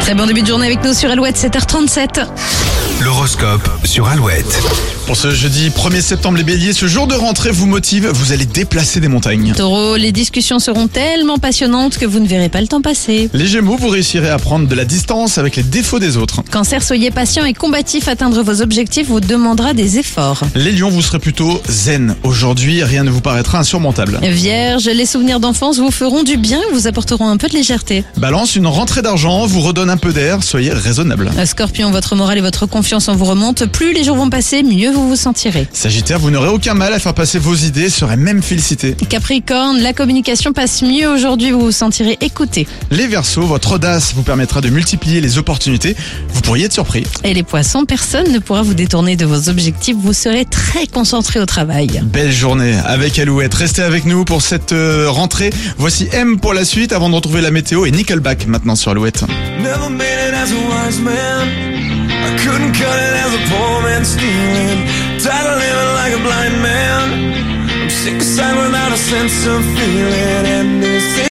Très bon début de journée avec nous sur Alouette, 7h37. L'horoscope sur Alouette. Pour ce jeudi 1er septembre, les béliers, ce jour de rentrée vous motive, vous allez déplacer des montagnes. Taureau, les discussions seront tellement passionnantes que vous ne verrez pas le temps passer. Les gémeaux, vous réussirez à prendre de la distance avec les défauts des autres. Cancer, soyez patient et combatif, atteindre vos objectifs vous demandera des efforts. Les lions, vous serez plutôt zen. Aujourd'hui, rien ne vous paraîtra insurmontable. Vierge, les souvenirs d'enfance vous feront du bien, et vous apporteront un peu de légèreté. Balance, une rentrée d'argent vous redonne un peu d'air, soyez raisonnable. Scorpion, votre morale et votre confiance en vous remontent. Plus les jours vont passer, mieux vous vous sentirez. Sagittaire, vous n'aurez aucun mal à faire passer vos idées, serez même félicité. Capricorne, la communication passe mieux aujourd'hui, vous vous sentirez écouté. Les versos, votre audace vous permettra de multiplier les opportunités, vous pourriez être surpris. Et les poissons, personne ne pourra vous détourner de vos objectifs, vous serez très concentré au travail. Belle journée avec Alouette. Restez avec nous pour cette euh, rentrée. Voici M pour la suite avant de retrouver la météo et Nickelback maintenant sur Alouette. Never made it as a wise man. I couldn't cut it as a poor man stealing. Tired of living like a blind man. I'm sick of sight without a sense of feeling. And this